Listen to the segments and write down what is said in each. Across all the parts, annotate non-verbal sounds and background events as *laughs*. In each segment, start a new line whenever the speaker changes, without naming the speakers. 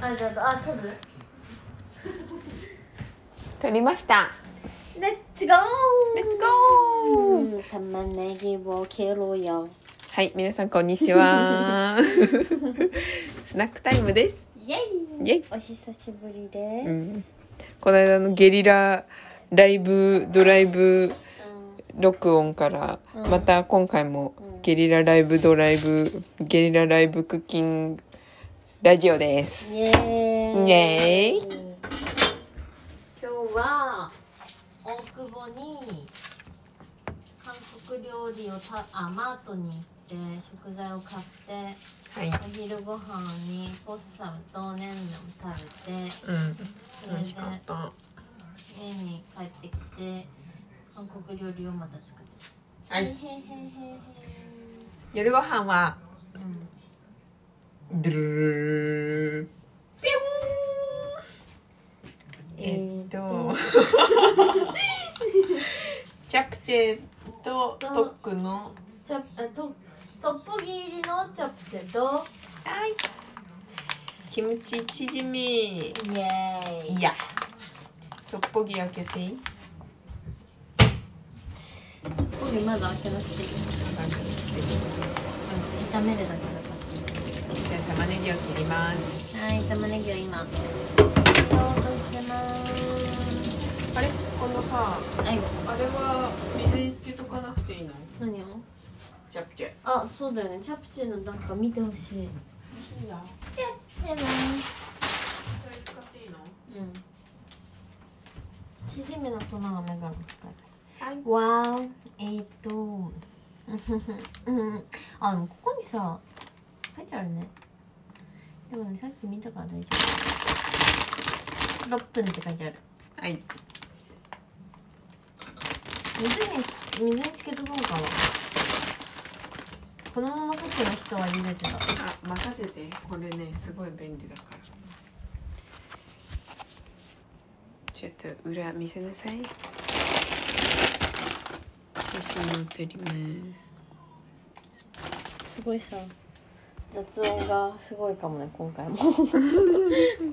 あじゃああ取る
取りました
レッツゴー
レッツゴー
うん玉ねぎを切ろうよ
はい皆さんこんにちはスナックタイムです、
イエイ
イエイ
お久しぶりです、
うん、この間のゲリラライブドライブ録音から
うん
また今回も
うん
ゲリラライブドライブゲリラライブクッキングラジオで
うん
す
イエーイ
イエーイ
今日は大久保に韓国料理をたあマートに行って食材を買って
はい、
お昼ご飯にポッサムとネンナム食べて
うん、
美味しかった家に帰ってきて韓国料理をまた作って
はい
へへへへへ
夜ご飯は
うん
ドゥルルルルルピューンえっとチャプチェとトックの
チャあとトッポギ入りのチャプチェと
はいキムチチヂ
イ
ミ
エーイ
いやトッポギ開けていい
トッポギまだ開けなくていい炒めるだけだか
じゃあ玉ねぎを切ります
らはい玉ねぎを今切ろうとしてます
あれこのさ
はい
あれは水につけとかなくていいの
何を
チャプチェ
あそうだよねチャプチェのなんか見てほしい
いいな
でも
それ使っていいの
うん縮めの粉が目覚めつか
はい
わーえー、っとうん *laughs* あのここにさ書いてあるねでもねさっき見たから大丈夫6分って書いてある
はい
水に水につけとこうかなこのままさっきの人は茹でてた
あ任せてこれねすごい便利だからちょっと裏見せなさい写真を撮ります
すごいさ雑音がすごいかもね今 *laughs* 回もこ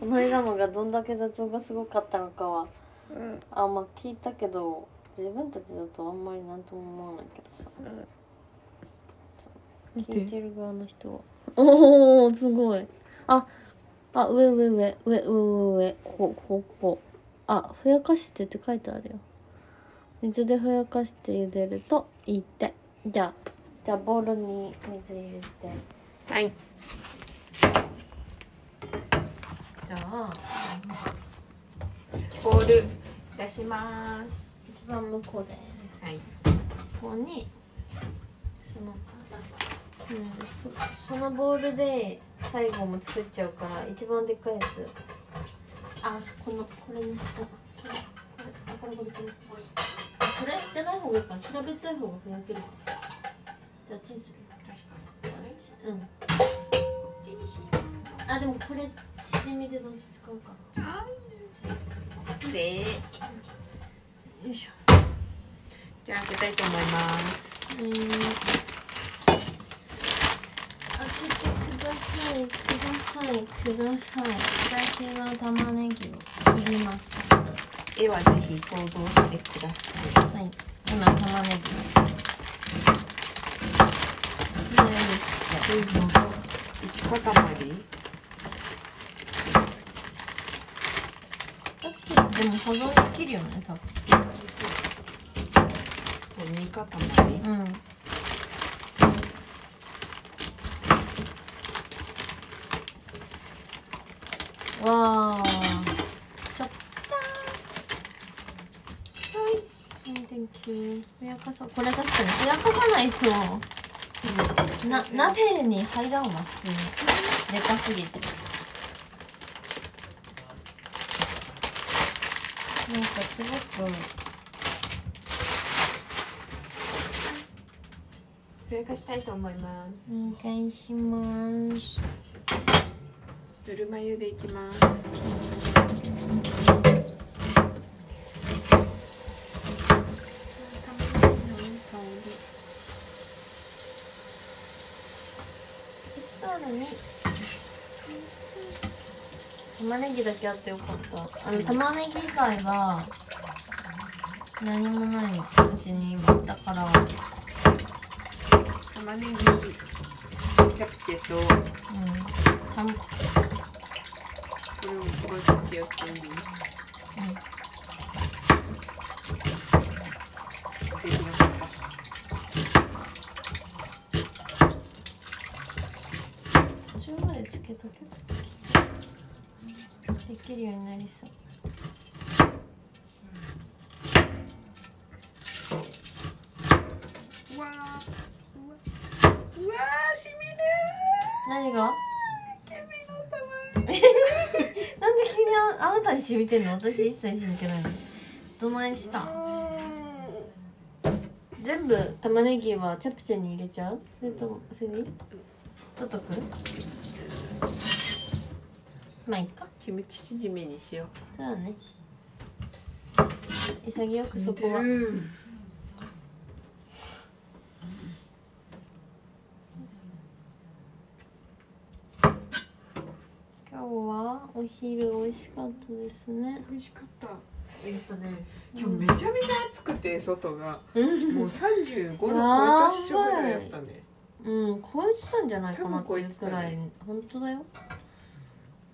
の間もがどんだけ雑音がすごかったのかは
うん
あまあ聞いたけど自分たちだとあんまりなんとも思わないけどさ
見
聞い
て
てる側の人はおおすごいああ上上上上上上上ここここここあふやかしてって書いてあるよ水でふやかして茹でるといいってじゃあじゃあボウルに水入れて
はい
じゃあ
ボール出しま
一番向こうだよね
すはい
ここにその,、うん、そそのボールで最後も作っちゃうから一番でっかいやつあそこのこれにしたこれあこれこれこれこれあそれじゃない方がいいかな平べったい方がふやけるかじゃあチンす
確か
るうんこっちにしようあでもこれ縮みでどうせ使うか
にはいで
なよいしょ
じゃあ開けたいと思います
えー、開けてください、ください、ください。私は玉ねぎを入れます。は
絵はぜひ想像してください
い、今玉ねぎを。普通に
水分一塊
こっちでも保存できるよね、多分。
じゃあ二塊
うん。わあ。ちょっと。はい。Thank you. ふやかそう。これ確かにふやかさないと。な、鍋に入らんわ、普通に。でかすぎて。なんかすごく。
ふやかしたいと思います
お願いします。
ぬるま湯でいきます
さらに玉ねぎだけあってよかったあの玉ねぎ以外は何もないうちに今だからう
玉ねぎチャプチェと
んたん
これをこうやってやってみるできなかった
途中までつけとけばできるようになりそう
うわーうわうわーしみる
何が
ーケビの玉ね
なんで急にああなたに染みてんの私一切染みてないのどないし
ぎ
た全部玉ねぎはチャプチェに入れちゃうそれともそれに取っとくまあいいか
キムチ縮めにしよう
そうだね潔くそこは今日はお昼美味しかったですね
美味しかったえっとね今日めちゃめちゃ暑くて外がもう35度超えたっしょぐらいやったね
うん超えてたんじゃないかなって
多
い
分超え
う
てた
く
ね
らい、本当だよ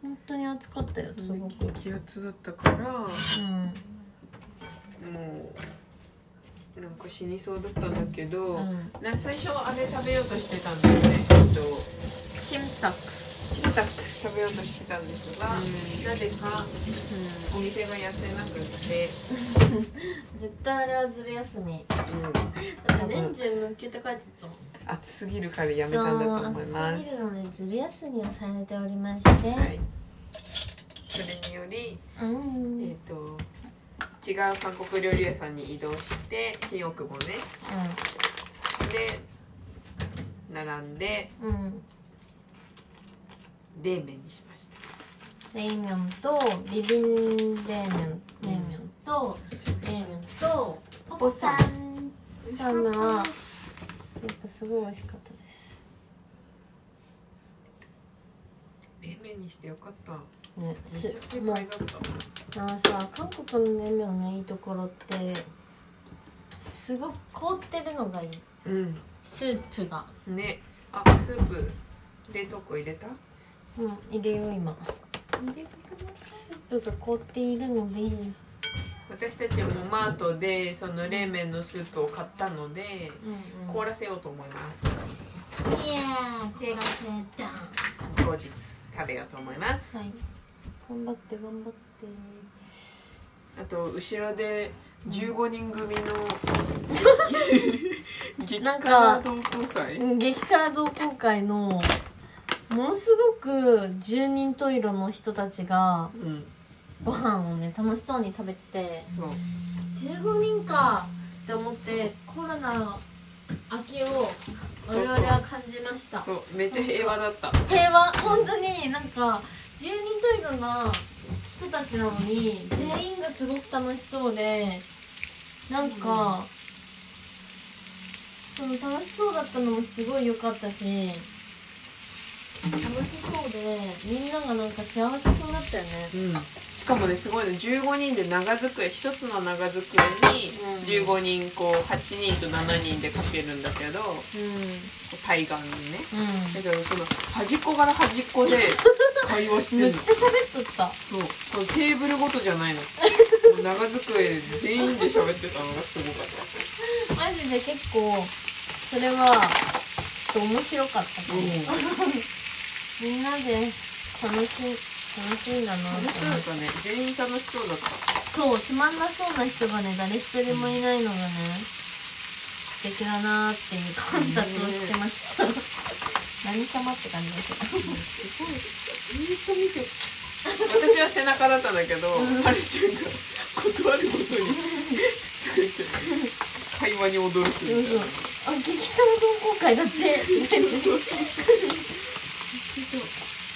本当に暑かったよすごくうん
気圧だったからもうなんか死にそうだったんだけど、
うん
な最初あれ食べようとしてたんだよねえっと
チンタク
チキタク食べようとしてたんですが、
うん
なぜか、お店がやってなくって、
絶対あれはずる休みだって年中無休って書いてたもん
暑すぎるからや
あ
めたんだと思いま
ー暑
す
すぎるのでずる休みをされておりまして、
はい、それにより、
うん、
え
うん
っ、と違う韓国料理屋さんに移動して新大久保ねで並んで
うん
冷麺にしました
冷麺とビビン冷麺冷麺と冷麺とポッサンサンはスープすごい美味しかったです
冷麺にしてよかった
ね
めっちゃ
す
正
もう
解だった
あのさ韓国の冷麺のいいところってすごく凍ってるのがいい
うん
スープが
ねあスープ冷凍庫入れた
うん入れよう今スープが凍っているのでうん
私たちもマートでその冷麺のスープを買ったので
うん
凍らせようと思います
いやー手がせた
後日食べようと思います、
はい頑張って頑張って
あと後ろで15人組の激
なん
辛
か
同好会
うん激辛同好会のものすごく十人十色の人たちが
うん
ご飯をね楽しそうに食べて
そう
15人かって思ってコロナ明けを
そう
我
そう
々は感じました
そうめっちゃ平和だった
平和本当になんか十人十色な人たちなのに全員がすごく楽しそうでなんかその楽しそうだったのもすごい良かったし楽しそうでみんながなんか幸せそうだったよね
うんしかもねすごいの15人で長机一つの長机に
うん
15人こう8人と7人でかけるんだけどこう対岸にね
うん
だけどその端っこから端っこで会話して
め
る
っ
の
ちゃ喋っとった
そうこれテーブルごとじゃ *laughs* ないのもう長机全員で喋ってたのがすごかっ
マジで結構それはちょっと面白かったか
た
も、
うん
みんなで楽しい楽しいんだなと
楽しそう
思
だ
っ
ってたね全員楽しそうだった
そうつまんなそうな人がね誰一人もいないのがね素敵だなっていう観察をしてました、何様って感じだけど
すごいずっと見て私は背中だったんだけど、はるちゃんが断るごとに会話に驚くみたい
そうそうあ激辛同好会だって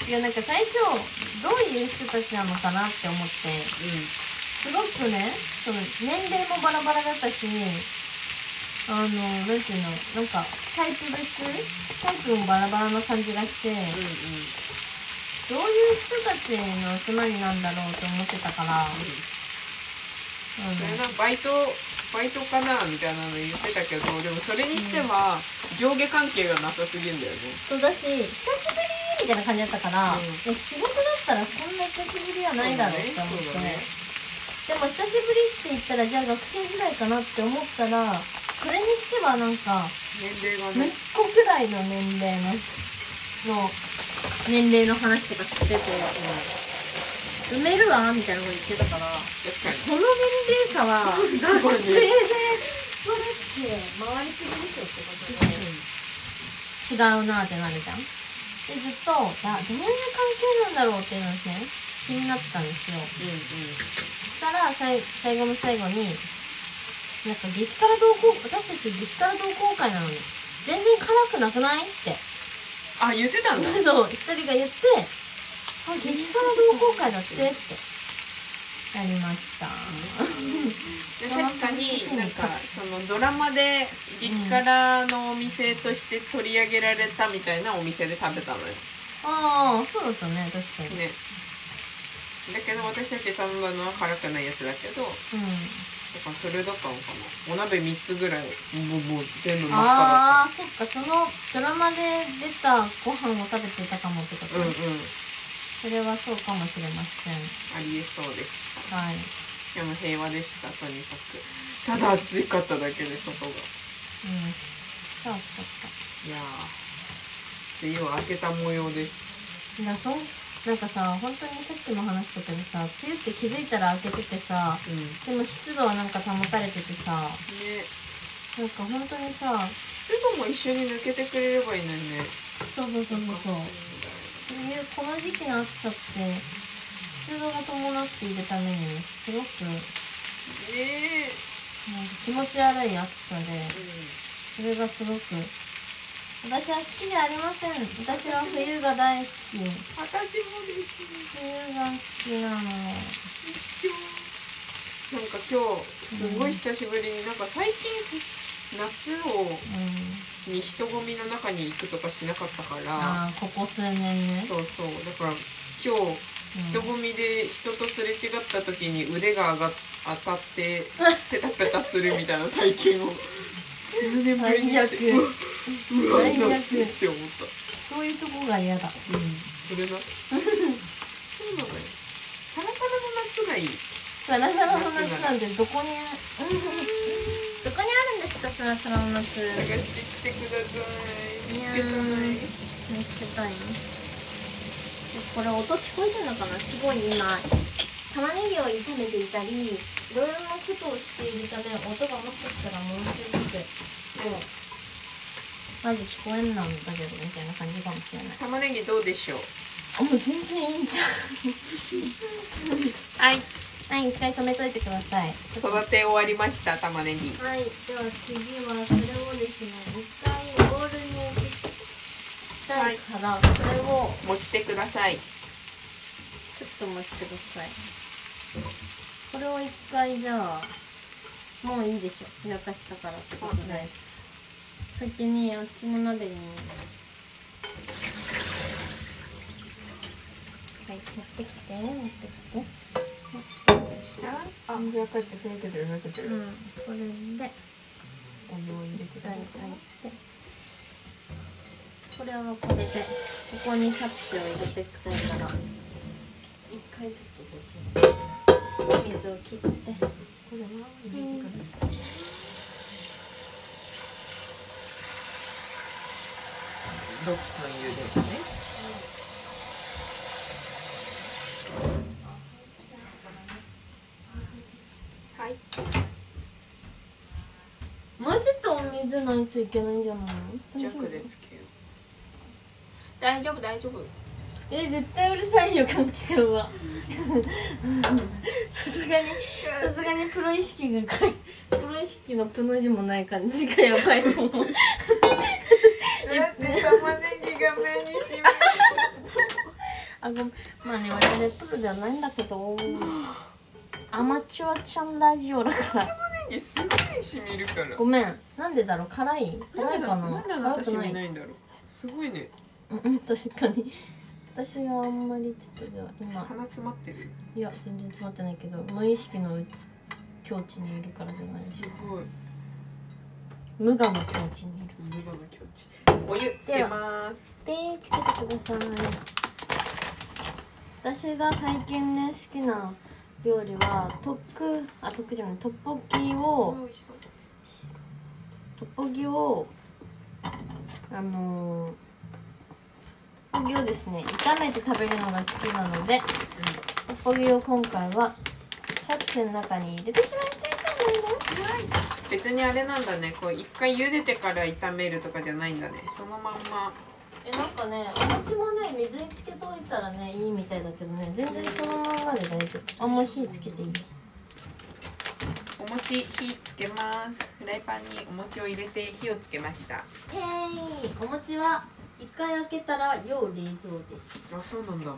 いやなんか最初どういう人たちなのかなって思ってすごくねその年齢もバラバラだったしあのなんていうのなんかタイプ別タイプもバラバラな感じがしてどういう人たちの集まりなんだろうと思ってたから、う
それ
ん、
なバイトバイトかなみたいなの言ってたけどでもそれにしては上下関係がなさすぎんだよね
そうだし久しぶりみたいな感じだったから、
うん
え仕事だったらそんな久しぶりはないだろうと思って、
そうだね
でも久しぶりって言ったらじゃあ学生ぐらいかなって思ったらそれにしてはなんか
年齢が
息
ね
子ぐらいの年齢のの年齢の話とかしてて埋めるわみたいなこと言ってたから
確か
こ
に
の年齢差は
だこれね
*laughs* 学生でそれって回りすぎでしょってことで違うなってなるじゃん。で、ずっと、いや、どういう関係なんだろうっていうのですね、気になってたんですよ。
う
そしたら、さい最後の最後に、なんか激辛同好、私たち激辛同好会なのに、全然辛くなくないって、 *laughs*
んうんあ言ってたんだ
そう、一人が言って、あ、激辛同好会だってって、やりました。
で確かになんかそのドラマで激辛のお店として取り上げられたみたいなお店で食べたのよ
ああ、そうだったね、確かに。
ねだけど私たち頼んだのは辛くないやつだけ
う
ど
ん。
だからそれだったのかなお鍋3つぐらいもうもう全部真っ赤だった
ああ、そっか、そのドラマで出たご飯を食べていたかもってこと
う
ね
んうん
それはそうかもしれません。
ありえそうでした
はい。
でも平和でしたとにかくただ暑かっただけで外が
うん。そうそう
いやー梅雨は明けた模様です
そう。だそうなんかさ、本当にさっきの話とかでさ、梅雨って気づいたら明けててさ、
うん
で
ね
も湿度はなんか保たれててさ、なんか本当にさ、
湿度も一緒に抜けてくれればいいのにね
そうそうそうそうそう。
う
そういうこの時期の暑さって、湿度が伴っているために、すごくなんか
ねえ、
気持ち悪い暑さで、
う
それがすごく、私は好きじゃありません。私は冬が大好き。
ん、私もですね
冬が好きなの。
なんか今日すごい久しぶりになんか最近夏を
うん。
に人混みの中に行くとかしなかったから
ああ、ここ数年ね。
そうそうだから今日人混みで人とすれ違った時に腕が上がっ当たってペタペタするみたいな体験を数年ぶりにして
最悪
うわうわ
最悪
夏って思っ
そういうとこが嫌だ。
た、うん、それなそうなのよサラサラの夏がいい
サラサラの夏なんてどこに、どこにあるんですか、サラサラの夏。
探してきてください見
いやー
つけたい
見つけたいね。これ音聞こえてるのかなすごい今、玉ねぎを炒めていたり、いろいろなことをしているため、音がもしかしたらものすごく、もう、マジ聞こえんなんだけど、みたいな感じかもしれない。
玉ねぎどうでしょう
あ、もう全然いいんじゃん。
はい
はい、一回止めといてください。
育て終わりました玉ねぎ
はい、では次はそれをですね、一回ボウルに移したいから、それを
持ちてください
ちょっとお待ちください。これを一回じゃあ、もういいでしょ。ふやかしたからってことで。
ス
先にあっちの鍋に。はい、持ってきて、持ってき
あ、ふやかってふやけてるふやけて
て。うん、これで。
お湯を入れてくだ
はい
さ
はい
い
これはこれでここにキャッチを入れて使うから一回ちょっとこっちに水を切って
これは入れてください六分茹でるねはい
もうちょっとお水ないといけないんじゃないの
弱でつけよう大丈夫大丈夫
え絶対うるさいよ関係者はさすがにさすがにプロ意識がかいプロ意識のプの字もない感じがやばいと思う
だって玉ねぎが目にしみ
あごめんまあね我々プロではないんだけどアマチュアちゃんラジオだから
玉ねぎすごいしみるから
ごめんなんでだろう辛い辛いかなん
で
辛
私
くな
見
い
ないんだろうすごいね
うんうん確かに私があんまりちょっとじゃあ今
鼻詰まってる
いや全然詰まってないけど無意識の境地にいるからじゃないし
すごい
無我の境地にいる
無我の境地お湯つけます
でつけてください私が最近ね好きな料理はトックあトックじゃないトッポギを
美味しそう
トッポギをあのートッポギをですね炒めて食べるのが好きなのでトッポギを今回はチャッチュの中に入れてしまいたいと思います
別にあれなんだねこう一回茹でてから炒めるとかじゃないんだねそのまんま
えなんかねお餅もね水につけといたらねいいみたいだけどね全然そのまんまで大丈夫あんま火つけていい
お餅火つけますフライパンにお餅を入れて火をつけました
イエーイお餅は一回開けたら要冷蔵です
あそうなんだ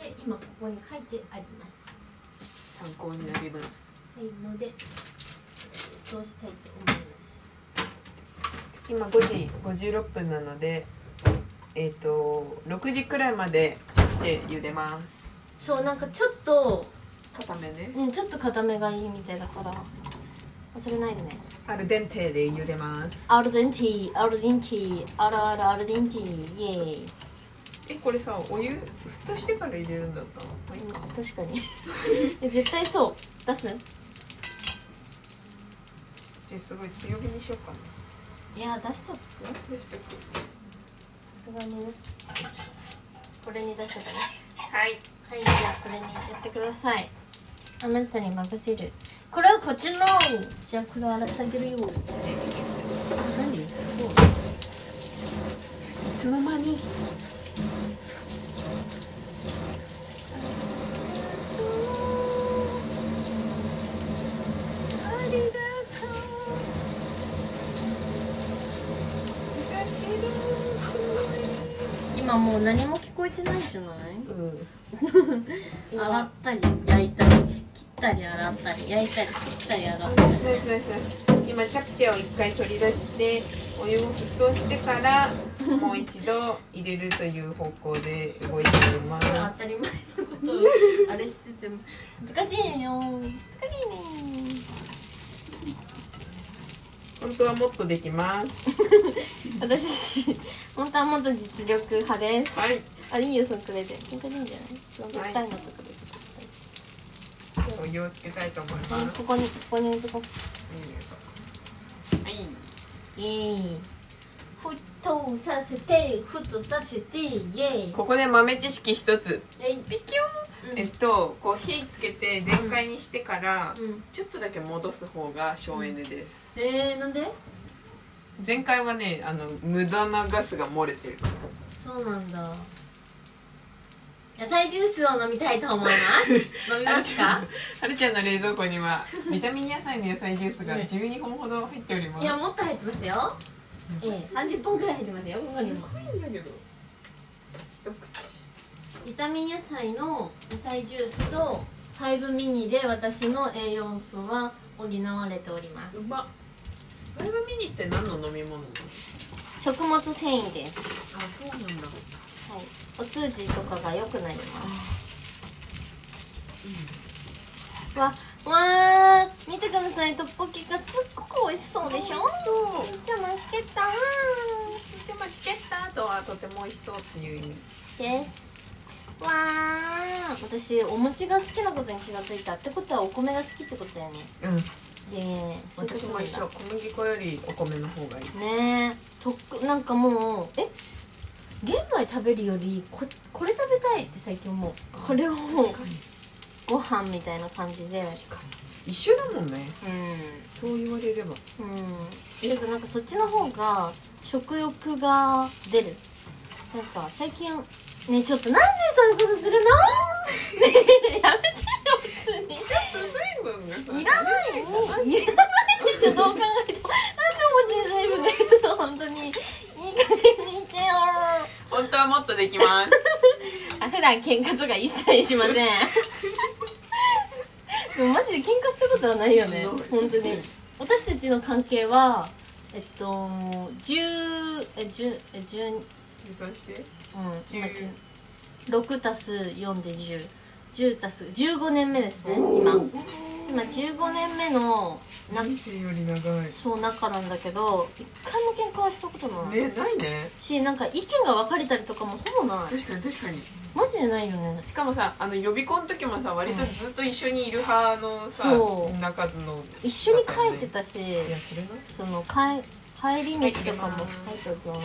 で今ここに書いてあります
参考になります
はいのでそうしたいと思いま
今5時56分なのでえっ、と6時くらいまでで茹でます
すそうなんかちょっと
固めね
うんちょっと固めがいいみたいだから忘れないでね
アルデンテで茹でます
アルデンティアルデンティアラアラアルデンティイエーイ
えこれさお湯沸騰してから入れるんだったのまあいいか
確かに *laughs* え絶対そう出す
じゃあすごい強火にしようかない
や出しとく
どうしとく
さすがにねこれに出してたね
はい
はいじゃあこれに入れてくださいあなたに任せるこれはこっちのじゃあこれを洗ってあげるよ
何すごいいつの間に
今もう何も聞こえてないじゃない
うん
洗ったり焼いたり切ったり洗ったり焼いたり切ったり洗ったり
ナイスナイスナイス今チャプチェを一回取り出してお湯を沸騰してからもう一度入れるという方向で動いていま
当
す
たり前のことをあれしてても難しいよ難しいね
本当はもっとできます
私たち本当はもっと実力派です
はい
あいいよそのくらいで本当にいいんじゃないその
は
二
い
人のとこ
お湯をつけたいと思い
ろで、
ます
ここにここに置いとこう
はい
イエーイ沸騰させて沸騰させてイエーイ
ここで豆知識一つ
えい
ピキュ
う
ン
ん
えっとこう火つけて全開にしてから
うん
ちょっとだけ戻す方が省エネです
えー、なんで
前回はねあの無駄なガスが漏れてるから
そうなんだ野菜ジュースを飲みたいと思います *laughs* 飲みますか
はるちゃんの冷蔵庫に *laughs* はビタミン野菜の野菜ジュースが12本ほど入っておりま
い
す
やもっと入ってますよええ30本くらい入ってますよここにも
いんだけど一口
ビタミン野菜の野菜ジュースとファイブミニで私の栄養素は補われております
うまファイブミニって何の飲み物なの
食物繊維です、
あそうなんだいいね
はい、お通じとかが良くなりますわわー見てくださいトッポッキがすっごく美味しそうでしょ
そう
めっちゃマシケった
そしてまあチケッターとはとても美味しそうっていう意味
ですわー私お餅が好きなことに気がついたってことはお米が好きってことだよね
うん
でそういうこと
私も
なんだ
一緒小麦粉よりお米の方がいい
ねえとっくなんかもうえ玄米食べるよりここれ食べたいって最近思うこれを
に
ご飯みたいな感じで
かに一緒だもんね
う
そう言われれ
んう
ば
んだけどなんかそっちの方が食欲が出るなんか最近ねえちょっとなんでそういうことするの *laughs* ねえやめてよ普通に
水分がさ
いらないいらないでしょどう考えてもなんでも全部だけど本当にいい加減にしてよ
本当はもっとできます
あ普段喧嘩とか一切しま
*laughs*
せんでもマジで喧嘩したことはないよね
ない
本当に私たちの関係はえっと10え10え10うん
計算して
今
10
6たす4で1010たす15年目ですね今今15年目のな
人生より長いね
そう仲なんだけど一回も喧嘩はしたことない、
ないね
しなんか意見が分かれたりとかもほぼない
確かに確かに
マジでないよね
しかもさあの予備校の時もさ割とずっと一緒にいる派のさ、
そう
中の
一緒に帰ってたし
いやそれな
その帰帰り道とかも
帰
帰ったぞ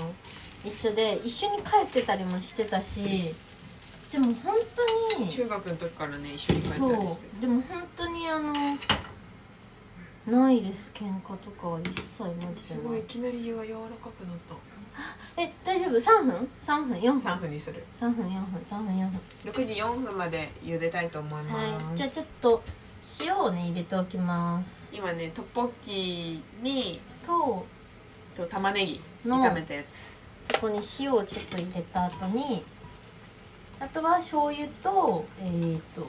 一緒で一緒に帰ってたりもしてたしでも本当に
中学の時からね一緒に帰った
そう
りして
でも本当にあのないです喧嘩とかは一切マジです
ご
ない
い
い
きなり胃が柔らかくなっ
え大丈夫3分 ?3 分4
た3
分
分にする
3分4分3分4分
6時4分まで茹でたいと思います、
はいじゃあちょっと塩をね入れておきます
今ねトッポッキに
と
と玉ねぎ
の
炒めたやつ
ここに塩をちょっと入れた後にあとは醤油とえっ、と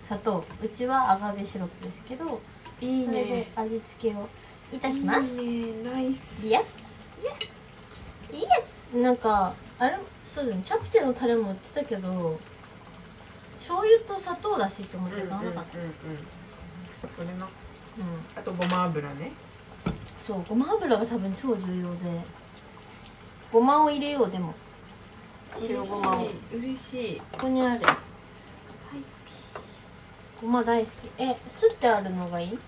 砂糖うちはアガベシロップですけど
いい
それで
ね
味付けをいたします
いいねナイス
イエスイエスイエスなんかあれそうだよねチャプチェのタレも売ってたけど醤油と砂糖だしと思
う
っ
ん
て
うんう
買
ん
わなかっ
うんそれな
たうん
あとごま油ね
そうごま油が多分超重要でごまを入れようでも白ごまをこ
嬉しい嬉しい
こにある
大好
ごま大好きえすってあるのがいい
き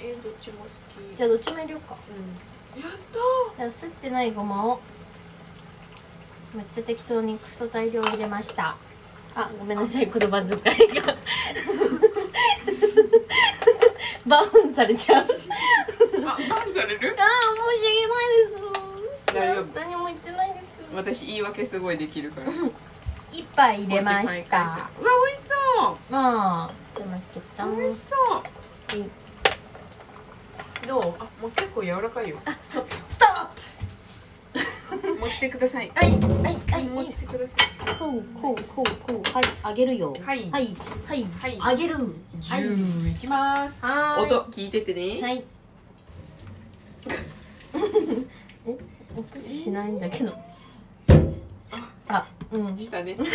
えどっちも好き
じゃあどっちも入れようか
うんやっ
じゃあすってないごまをめっちゃ適当にクソ大量入れましたあごめんなさい言葉遣いが *laughs* バウンされちゃうあー申
*laughs* たあバンされ
し
る
訳ない
大丈
です
夫
何も言ってないです
私言い訳すごいできるから
一杯入れまし
Spotify 会社
た
うわ美味しそう
まあしてますけど
美味しそう。どう？あ、もう結構柔らかいよ。
ストッ
持ちてください。
プはいはいはい
持ちてください。
こうこうこうこうはいあげるよ
はい
はいはい
は
あ
い
げる
十、
はい
い、きます。
はーい
音聞いててね。
はい *laughs* え音しないんだけどあうん
したね。
チャ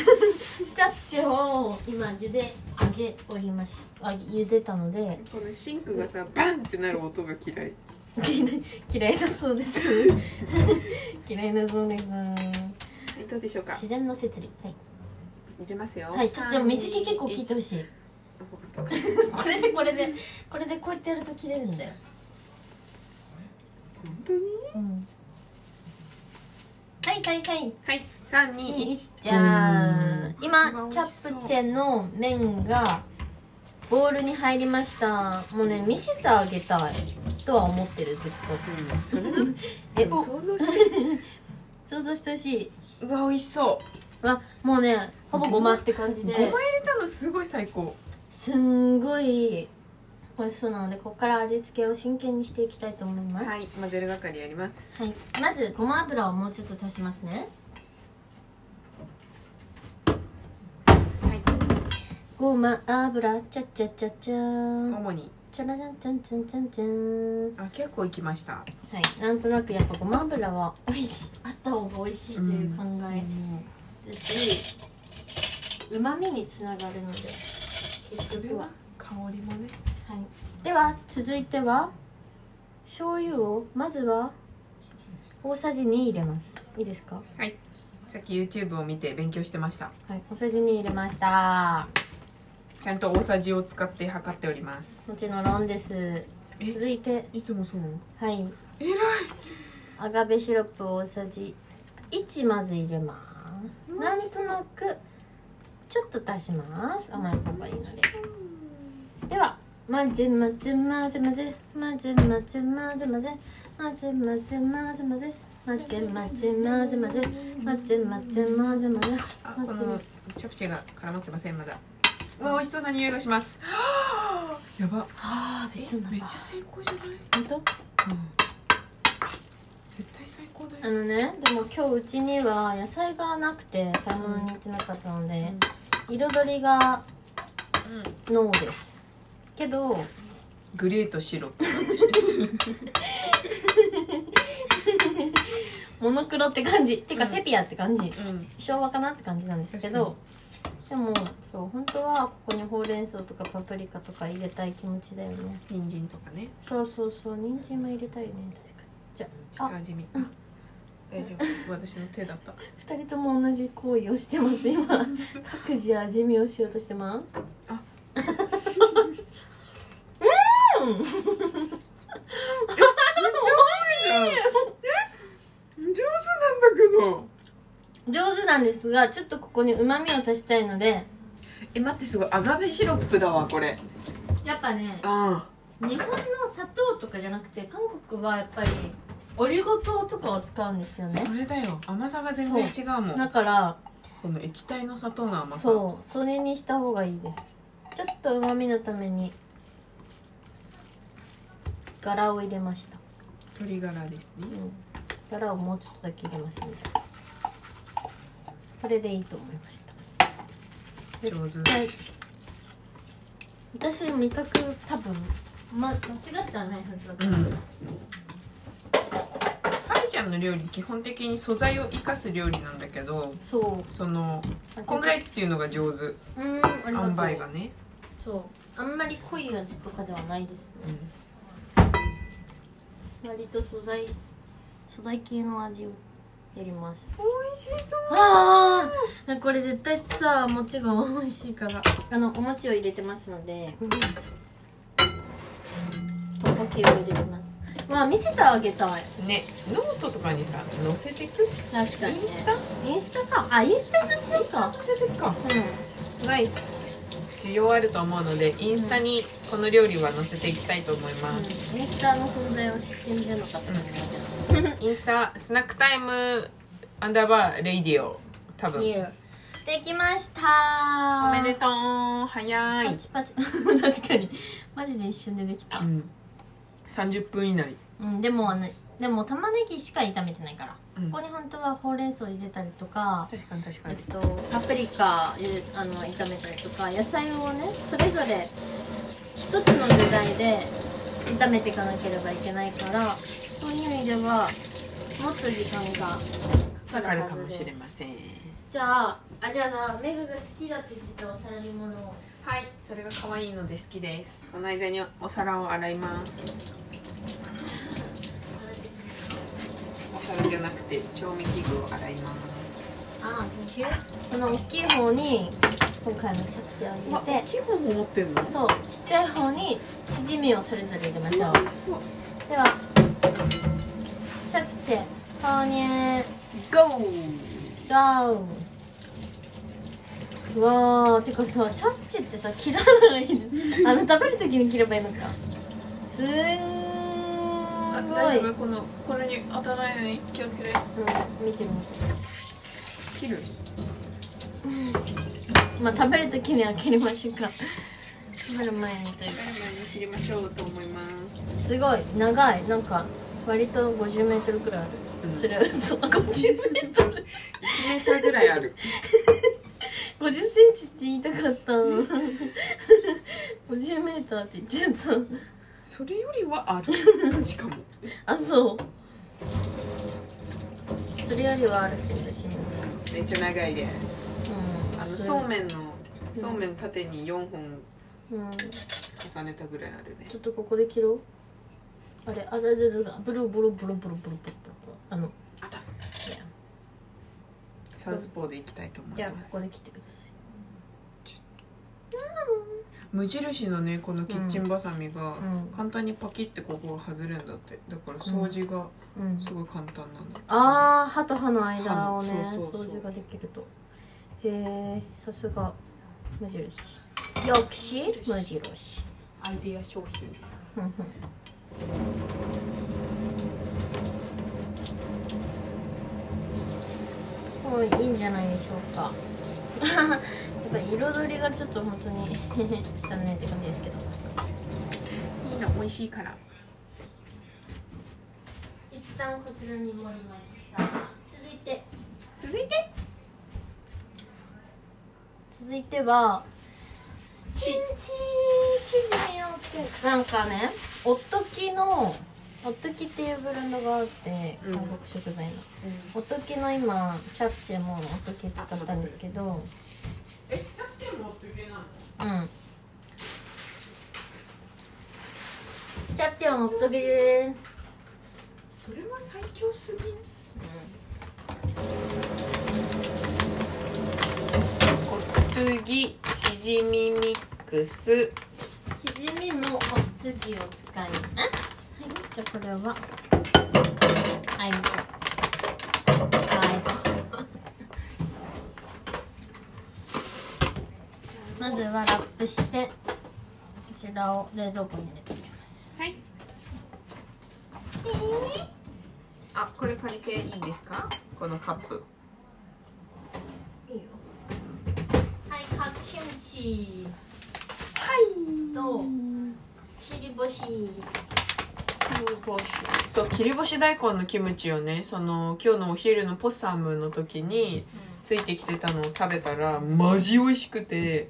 ッチェを今茹で揚げおりましあ茹でたので
このシンクがさ、バンってなる音が嫌い。
嫌い *laughs* 嫌いだそうです *laughs* 嫌いだそうです
はい、どうでしょうか。
自然の摂理はい
入れますよ。
はい、ちょっとでも水気結構切って
る。
ほしい。これでこれでこれでこうやってやると切れるんだよ。
本当に？
うん。はいはいはい。
はい、三
い
二
い
一。
じゃん。今
うわ
チャプチェの麺がボウルに入りました。もうね見せてあげたいとは思ってるずっ
うんそれな。
と。え、
でも
想
想像して。
像してほしい。
うわ、美味しそう。
わ、もうねほぼごまって感じ
ごま
*laughs*
入
で、
れたのすごい最高。
すんごい美味しそうなのでここから味付けを真剣にしていきたいと思います。
はい、混ぜる係やります。
はい、まずごま油をもうちょっと足しますね
はい。
ごま油ちゃちゃちゃちゃーん
主に。
ちゃらじゃんちゃんちゃんちゃんちゃーんは
あ、結構いきました。
いなんとなくやっぱごま油は美味しいあった方が美味しいという考えですしうまみにつながるので結局は
香りもね
はいでは続いては醤油をまずは大さじ2入れますいいですか
さっき YouTube を見て勉強してました
はい大さじ2入れました
ちゃんと大さじを使って測っております
もちろんロンです
え
続いて
いつもそう
はい
えらい
アガベシロップ大さじ1まず入れますなんとなくちょっと足します甘い方がいいのででは混ぜ混ぜ混ぜ混ぜ混ぜ混ぜ混ぜ混ぜ混ぜ混ぜ混ぜ混ぜ混ぜ混ぜ混ぜ混ぜ混ぜ混ぜ混ぜ混ぜ
あこのチャプチェが絡まってませんまだうわ美味しそうな匂いがしますは *gasps* あやば
あー
え
め
め
っ
っ
ち
ち
ゃ
ゃ
うまいわ
最高じゃない、
本
絶対最高
当
だ
あ
よ、
のねでも今日うちには野菜がなくて買い物に行ってなかったので彩りが
うん、
ノーですけど
グレーと白って感じ
モノクロって感じてか
うん
セピアって感じ、
うん
昭和かなって感じなんですけどでもそう本当はここにほうれん草とかパプリカとか入れたい気持ちだよね
人参とかね
そうそうそう人参も入れたいね
下味見大丈夫私の手だった
確かに2人とも同じ行為をしてます今各自味見をしようとしてます
あ
*laughs* うーん
上手なんだけど
上手なんですがちょっとここにうまみを足したいので
え待ってすごいアガベシロップだわこれ
やっぱね
あ
日本の砂糖とかじゃなくて韓国はやっぱりオリゴ糖とかを使うんですよ
あ
ね
それだよ甘さが全然違うも
だ
ん
から
この液体の砂糖の甘さ
そうそれにした方がいいですちょっとうまみのために柄を入れました、
鶏ガラです
う
ね
ん、柄をもうちょっとだけ入れますねじゃあこれでいいと思いました
上手
はい私味覚多分、ま、間違ってはないはずだと
う
思うん
はるちゃんの料理基本的に素材を生かす料理なんだけど
そ
その
う
こんぐ
い
らいっていうのが上手
うーんあり
塩
がと
梅
う
がね、
そうあんまり濃い味とかではないです
う
ね、
ん
割と素材素材系の味をやります
美味しそう
ああこれ絶対さ餅が美味しいからあのお餅を入れてますのでトッポキを入れてますまあ見せてあげたい
ねノートとかにさ載せてくイン
確かに、ね、
スタ
インスタかあインスタにしようか
載せてくか
う
ナイス需要あると思うのでインスタにこの料理は載せていきたいと思い
ん、
ます、
うん、インスタの存在を知ってみるのかと思います
インスタスナックタイムアンダーバーレイディオ多分
いいよできました
おめでとう早
パ
い、
チパチ *laughs* 確かにマジで一瞬でできた
うん、30分以内
うんでもあのでも玉ねぎしか炒めてないから、
うん
ここに本当はほうれん草入れたりとか
確かに確か
えっと、パプリカゆであの炒めたりとか野菜をねそれぞれ一つの具材で炒めていかなければいけないからそういう意味ではもっと時間が
わ
か
か
かる
る
は
か
ず
も
です
しれません
じゃああじゃあなメグが好きだって言ってたお皿に物を
はいそれが可愛いので好きですその間にお皿を洗いますお皿じゃなくて調味器具を洗います
あこの大きい方に今回のチャプチェを入れて
きい方も持ってるの
そうちっちゃい方にチヂミをそれぞれ入れまし
美
ょう
味しそう
ではチャプチェ投入
ゴー
ゴーうわーてかさチャプチェってさ切らないで
*laughs*
あの食べる時に切ればいいのかす
あ
んご
大
い、
丈夫このこれに当たらないように気をつけて
うん、見てみ
切る
まあ食べる時には切りましょうか食べる前にというか
前に切りましょうと思います
すごい長いなんか割と 50m くらいあるする、そう 50m50cm
1メートルぐらいある
って言いたかった 50m って言っちゃった
*laughs* それよりはあるしかも
あそうそれよりはあるし私にも
めっちゃ長いです
うん
あの
それ
そうめんのそうめん縦に4本
うんち
重ねたぐらいあるね
ょっとここで切ろうあれあずずずブルブルブルブルブルブルブルあの
あった
いや
サウスポーでいきたいと思
じ
い
ゃあ
ま
こ
す
こで切ってください
無印のねこのキッチンバサミが
うん
簡単にパキってここが外れるんだってだから掃除が
うん
すごい簡単なの、
ああ歯と歯の間をね
歯のそうそうそう
掃除ができるとへえさすが無印よくし無印
アイデア商品
ふん *laughs* ふんもういいんじゃないでしょうか *laughs* やっぱり彩りがちょっと本当に *laughs* 残念って感じですけど
いいの美味しいから
一旦こちらに盛りました続いて
続いて
続いてはチンチンチヂミを作るなんかねおっときのホットキっていうブランドがあって
うん
韓国食材の、ホットキの今チャプチェもホットキ使ったんですけど
えキャプテン持っていけない
う
の
んチャプチェはホットキです
それは最強すぎんコトギチヂミミックス
しじみもお次を使います。はい、じゃあこれははい。はい。まずはラップしてこちらを冷蔵庫に入れていきます。
はいあこれ借りていいんですかこのカップ
いいよ。はい、カッキムチ
はい
と切り干し。
そう切り干し大根のキムチをねその今日のお昼のポッサムの時についてきてたのを食べたらマジ美味しくて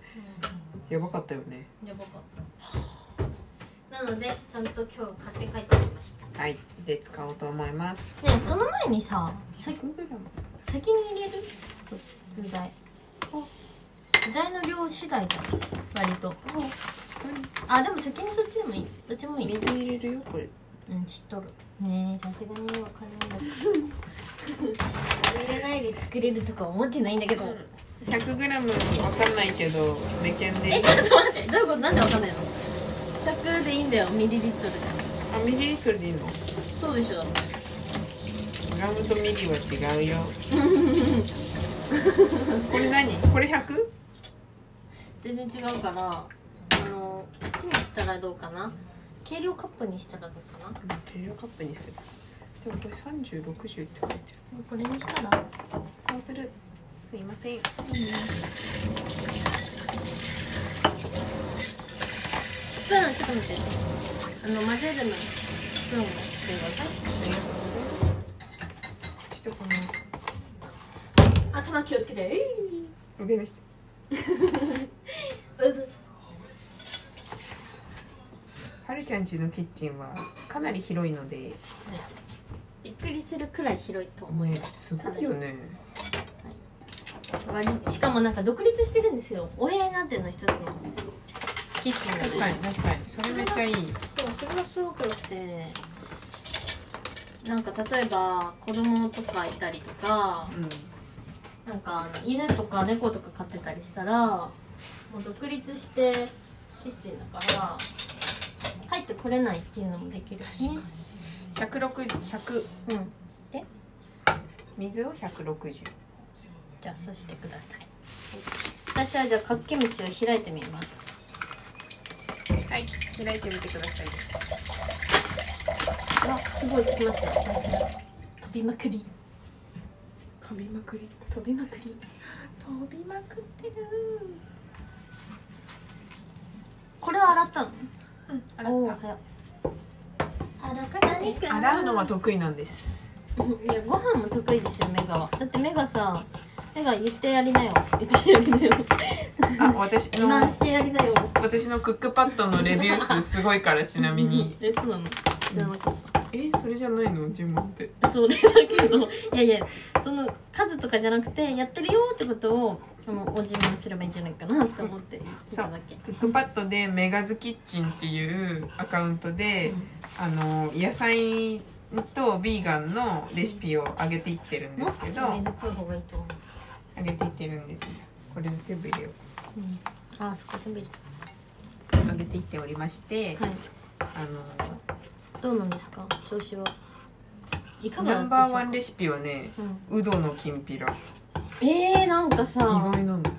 やばかったよね
やばかった。なのでちゃんと今日買って帰ってきました。
はいで使おうと思います
ねえその前にささ
100g
先に入れる普通材具材の量次第じゃん割とあでも先にそっちでもいいどっちもいい
水入れるよこれ
うん知っとるねえさすがにわかんないだ入れないで作れるとか思ってないんだけど、
100g わかんないけど目見でい
え
い
ちょっと待ってどういうことなんでわかんないの100でいいんだよミリリットルじゃ
あミリリットルでいいの
んそうでしょだって
グラムとミリは *laughs* 違うよこれ何これ 100?
全然違うからあのこっちにしたらどうかな計量カップにしたらどうかな
ペリオカップにするでもこれ3060って書いて
これにしたら
あるそうするすいません
スプーンちょっと待ってあの混ぜるのスプーンを持ってください
ありがとうございますちょっとこ
頭気をつけてえい
の腕の下
うず
はるちゃん家のキッチンはかなり広いので
びっくりするくらい広いと
お
思う
前すごいよね
割りしかもなんか独立してるんですよお部屋になってるの一つのキッチンがね
確かに確かにそれめっちゃいい
そうそれがすごく良くてなんか例えば子供とかいたりとか
う
なんかあの犬とか猫とか飼ってたりしたらもう独立してキッチンだから入ってこれないっていうのもできるしね
ん100100
うん
水を160
じゃあそうしてください私はじゃあかっけ道を開いてみます
はい開いてみてください
わすごいちょっと待って飛びまくり
飛びまくり
飛びまくり
飛びまくってる
これは洗ったの
う
お
ん
お
洗っ
早った
洗うのは得意なんです
うんいやご飯も得意ですよメガはだってメガさメガ言ってやりなよ言ってやりなよ
あ私
自
の
慢してやりなよ
私のクックパッドのレビュー数すごいからちなみに
えそうなの知らなかっ
えそれじゃないの自慢って
たそれだけど *laughs* いやいやその数とかじゃなくてやってるよってことをあのお自慢すればいいんじゃないかなと思って言っただけ
クックパッドでメガズキッチンっていうアカウントで、
うん
あの野菜とビーガンのレシピを上げていってるんで
も
す
っと
け
水
ど
っぽい方がいいと思う、
上げていってるんですこれ全部入れよう
うん、あそこ全部入れ
上げていっておりまして、
たはい
あの
どうなんですか調子はいかがだ
ナ
っ
ン
たで
バー
しょうか
ワンレシピはね
うん
ウドのきんぴら意
えー、なんかさ、
外なんだ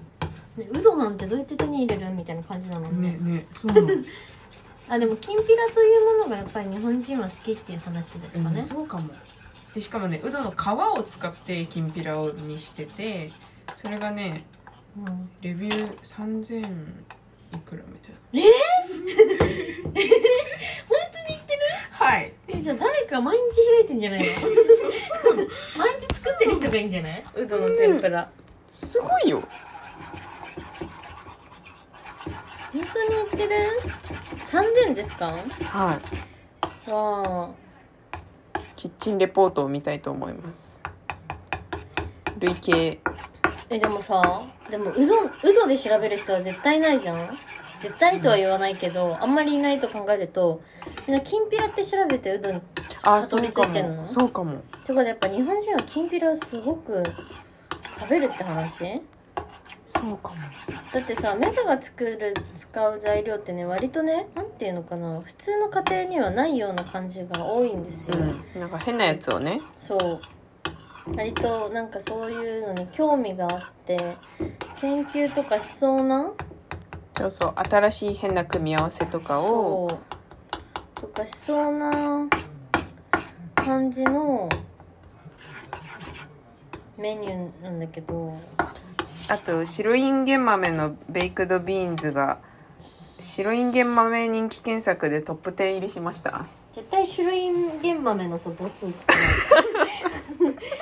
ね、うどなんてどうやって手に入れるみたいな感じなの
ねねそうな
*laughs*
の、
あでもきんぴらというものがやっぱり日本人は好きっていう話ですか
う
ね
ん、、そうかもでしかもねうどの皮を使ってきんぴらをにしててそれがね
うん、
レビュー3000いくらみたいな
えー、 *laughs*
はい
えじゃあ誰か毎日開いてんじゃ *laughs* ないの毎日作ってる人がいいんじゃないうどの天ぷら
すごいよ
本当に売ってる3000ですかわ
はい
あ
キッチンレポートを見たいと思います累計
えでもさでもうどうどで調べる人は絶対ないじゃん絶対とは言わないけど、あんまりいないと考えるとみんなきんぴらって調べてうどん
あ
た
そ
どり
う
着い
か
てん
も
の
そうかも
てかやっぱ日本人はきんぴらをすごく食べるって話
そうかも
だってさメタが作る使う材料ってね割とねなんていうのかな普通の家庭にはないような感じが多いんですよ、
うんなんか変なやつをね
そう割となんかそういうのに興味があって研究とかしそうな
そうそう新しい変な組み合わせとかを
そうとかしそうな感じのメニューなんだけど
しあと白インゲン豆のベイクドビーンズが白インゲン豆人気検索でトップ10入りしました
絶対種類玄豆のさ母数少ない
それ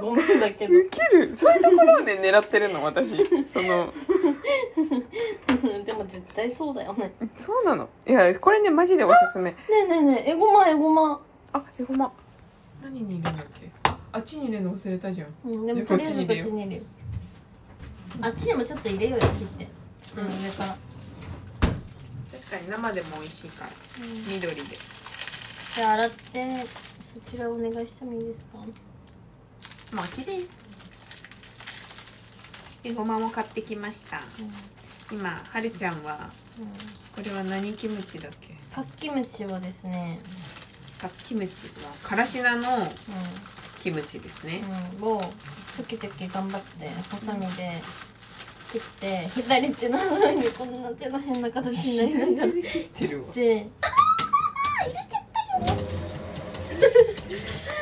ごめんだけど
ウケるそういうところで狙ってるの *laughs* 私その
でも絶対そうだよね
そうなのいやこれねマジでおすすめ
ねえねえねえエゴマエゴマ
あえごま何に入れるんだっけああっちに入れるの忘れたじゃん
うん、で
じゃ
もと
あ
りあえず
こ
こっ
っちに
ち
入れよう
に入れようあっちにもちょっと入れようよ切って普通の上から、
確かに生でも美味しいから緑で
じゃあ洗ってそちらお願いしてもいいですか
餅ですえごまも買ってきました今はるちゃんは
うん、
これは何キムチだっけ
パッキムチはですね、
パッキムチはからし菜の
う
キムチですね、
んうん、をチョキチョキ頑張ってハサミで切って左手の上にこんな手の変な形になりながら切
切ってるわ
って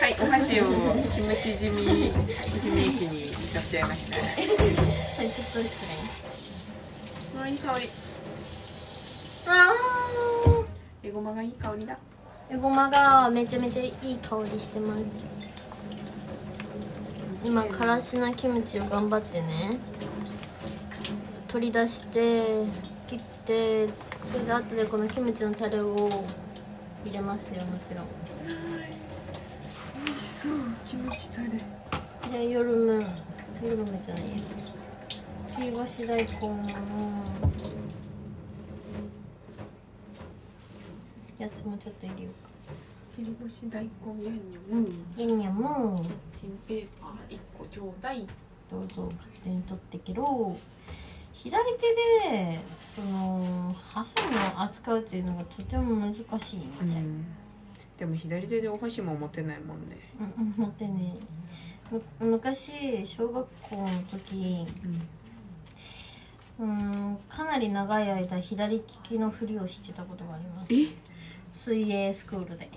はいお箸をキムチ地味地味液に出しちゃいました
はいちょっと失礼
あいい香り
あー
えごまがいい香りだ
エゴマがめちゃめちゃいい香りしてます今からしなキムチを頑張ってね取り出して切ってそれで後でこのキムチのタレを入れますよもちろん
美味しそうキムチタレ
で夜ム夜ムじゃないや切り干し大根のやつもちょっと入れよ
切り干し大根ヤンニョム
うかいいにゃもう
チンペーパー一個ちょうだい
どうぞ勝手に取ってけろ左手でそのハサミを扱うというのがとても難しいみたい、
でも左手でお箸も持てないもんね、
うん、待ってねむ昔小学校の時うーんかなり長い間左利きのふりをしてたことがあります
え
水泳スクールで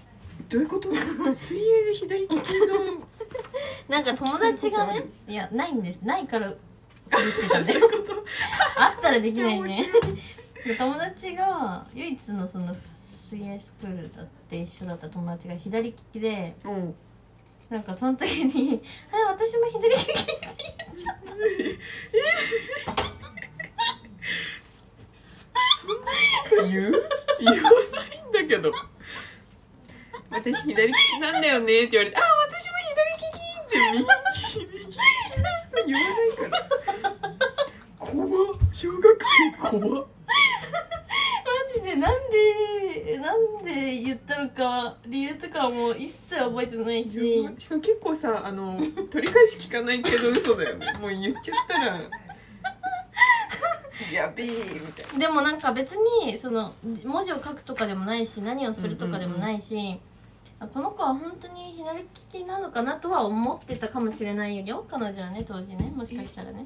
どういうこと水泳で左利きの
なんか友達が
そうい
ね
うこ
いやないんですない *laughs* からふりしてたんだよあったらできないね友達が唯一のその水泳スクールだって一緒だった友達が左利きで
うん
なんかその時に「はい私も左利き」って
そんなこと言う言わないんだけど私左利きなんだよねって言われて「あ私も左利き!」って右利きの人言わないから怖っ小学生怖っ
マジでなんでなんで言ったのか理由とかも一切覚えてないし
やばしかも結構さあの取り返し聞かないけど嘘だよ *laughs* ねもう言っちゃったら「やべえ」みたい
でもなんか別にそのじ文字を書くとかでもないし何をするとかでもないし、あこの子は本当に左利きなのかなとは思ってたかもしれないよ彼女はね当時ねもしかしたらね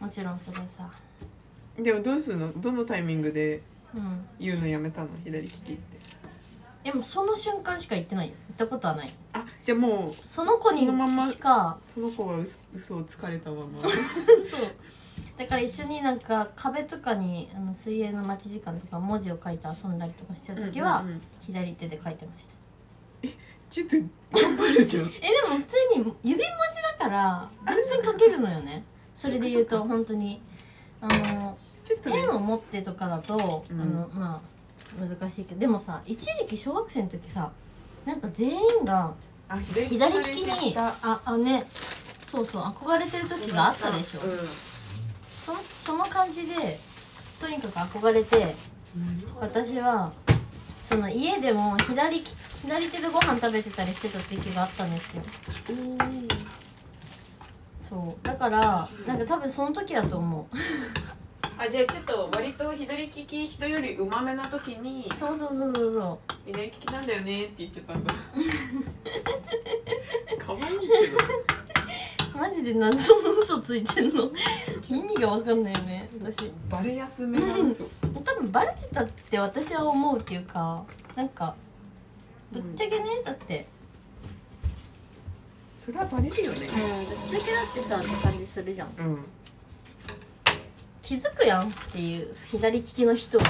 な、
もちろんそれはさ
でもどうするのどのタイミングで
うん
言うのやめたの左利きって
でもその瞬間しか言ってないよ言ったことはない
あじゃあもう
その子に
そのまま
しか
その子は嘘嘘をつかれたまま
そうだから一緒になんか壁とかにあの水泳の待ち時間とか文字を書いて遊んだりとかしてた時は、
うんうんうん
左手で書いてました
ちょっと頑張るじゃん
えでも普通に指文字だから全然書けるのよねそれで言うと本当にあの
ちょっとね
ペンを持ってとかだと、
うん
あのまあ難しいけどでもさ一時期小学生の時さなんか全員が
あ左利き
左
の
利
練
き
習
に
した
ああねそうそう憧れてる時があったでしょ、そその感じでとにかく憧れて
うん、
私はその家でも左利き左手でご飯食べてたりしてた時期があったんですよ
うん
そうだからなんか多分その時だと思う *laughs*
あじゃあちょっと割と左利き人よりうまめな時に
そうそうそうそうそ
左利きなんだよねって言っちゃ *laughs* ったんだ可愛いけど
うマジで謎の嘘ついてんの *laughs* 意味が分かんないよね私
バレやすめなんですよ、
多分バレてたって私は思うっていうかなんかぶっちゃけねだって
それはバレるよね
ぶっちゃけだってさって感じするじゃん
うん、
気づくやんっていう左利きの人こ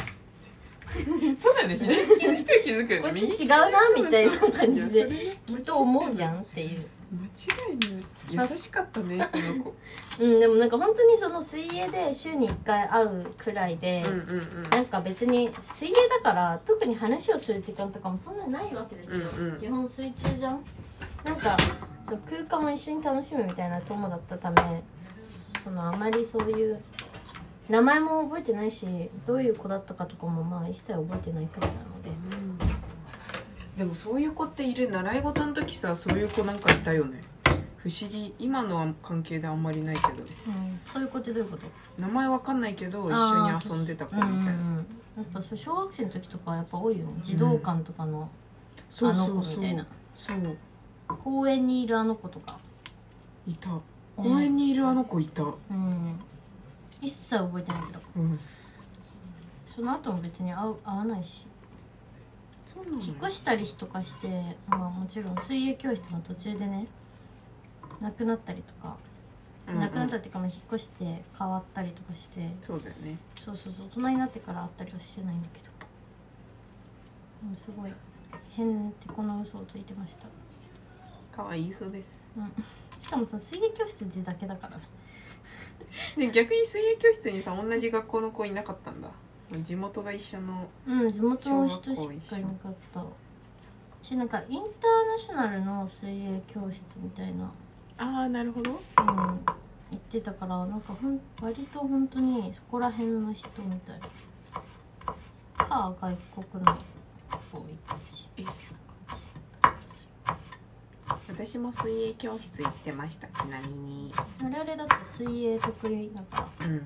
そうだよね左利きの人は気づくよね
い
右利
つ
き
違う
の人は
なみたいな感じ
いやそ
で
れね
きっと思うじゃんっていう
間違いない優しかったねその子
うんでもなんか本当にその水泳で週に1回会うくらいで、
うんうん
なんか別に水泳だから特に話をする時間とかもそんなにないわけですよ、
うんうん
基本水中じゃんなんかそう空間も一緒に楽しむみたいな友だったためそのあまりそういう名前も覚えてないしどういう子だったかとかもまあ一切覚えてないくらいなので
うんでもそういう子っている習い事の時さそういう子なんかいたよね不思議今のは関係であんまりないけど
うん、そういう子ってどういうこと
名前わかんないけど
あ
一
ー
緒に遊んでた子
う
み
ん
た
うん
い
う
なん
やっぱそう小学生の時とかはやっぱ多いよね児童館とかの
そ
あ
う
の
そう
子
そ
み
う
たいな、
そう
公園にいるあの子とか
いた公園にいるあの子いた
うん一切覚えてないけど
うん
その後も別に会う会わないし
そうなの
引っ越したりとかして、まあ、もちろん水泳教室も途中でねなくなったりとか、
うんうん
なくなったっていうか、まあ、引っ越して変わったりとかして
そうだよね
そうそうそう大人になってから会ったりはしてないんだけどうんすごい変てこな嘘をついてました
可愛いそうです
しかもその水泳教室でだけだからね
で逆に水泳教室にさ同じ学校の子いなかったんだ地元が一緒の
うん地元の人しかいなかったしなんかインターナショナルの水泳教室みたいな
ああなるほど
うん行ってたからなんかほん割と本当にそこら辺の人みたいか外国の多いたち
私も水泳教室行ってましたちなみに
我々だって水泳得意だから
うん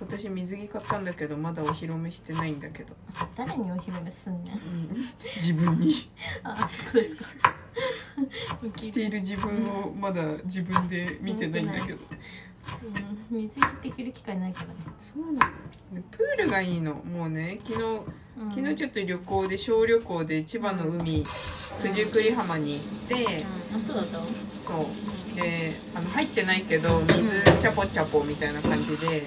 今年水着買ったんだけどまだお披露目してないんだけど、
誰にお披露目すんねん *laughs*
自分に
あそうですか
着ている自分をまだ自分で見てないんだけど
うん水着って着る機会ないからね、
そうなのプールがいいのもうね昨日
うん、
昨日ち
ょっ
ょっと旅行で小旅行で千葉の海九十九里浜に行って、
と、あそうだった
そうであの入ってないけど水チャポチャポみたいな感じで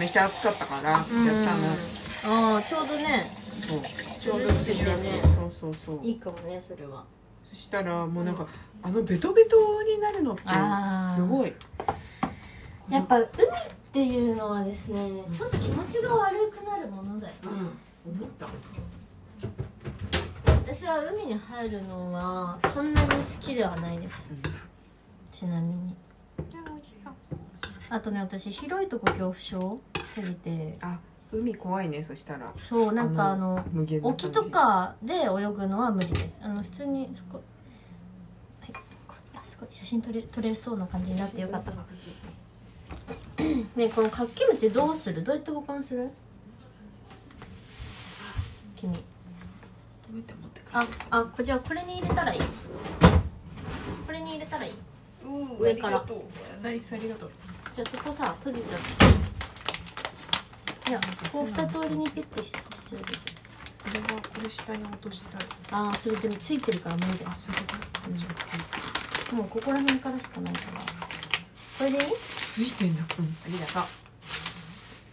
めちゃ暑かったからやった
うん
の、
ああちょうどね
そうちょうど梅雨明け、
ね
そうそうそう
いいかもねそれは
そしたらもうなんか、あのベトベトになるのって
あー
すごい
やっぱ海っていうのはですねちょっと気持ちが悪くなるものだよ
うん思った
私は海に入るのはそんなに好きではないですちなみにあとね私広いとこ恐怖症すぎて
海怖いねそしたら
そうなんかあの
無限な感じ
沖とかで泳ぐのは無理ですあの普通にそこはいあすごい写真撮れ撮れそうな感じになってよかったねえこの活気餅どうするどうやって保管する君
どうやって持ってくる
ああこじゃあこれに入れたらいいこれに入れたらいいう
ー
上から
ありがとうナイスありがとう
じゃあそこさ閉じちゃっていやこう二通りにピッてししちゃうでし
これはこれ下に落としたい
ょああそれでもついてるから無理だよ
あそういうこと
うんもうここら辺からしかないからこれでいい
ついてんだうんありがとう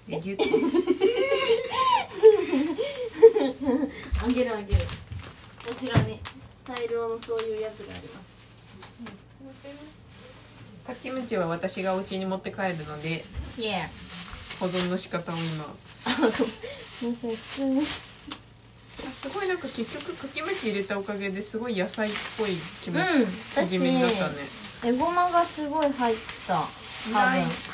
え
ギュッ
あげるあげるこちらに大量のそういうやつがあります
かきむちは私がお家に持って帰るので
イエ
保存の仕方を今
ーすいません普通に
すごいなんか結局かきむち入れたおかげですごい野菜っぽい気持
うん
ち縮みになったね
えごまがすごい入った
ナ
多
イ
分
ス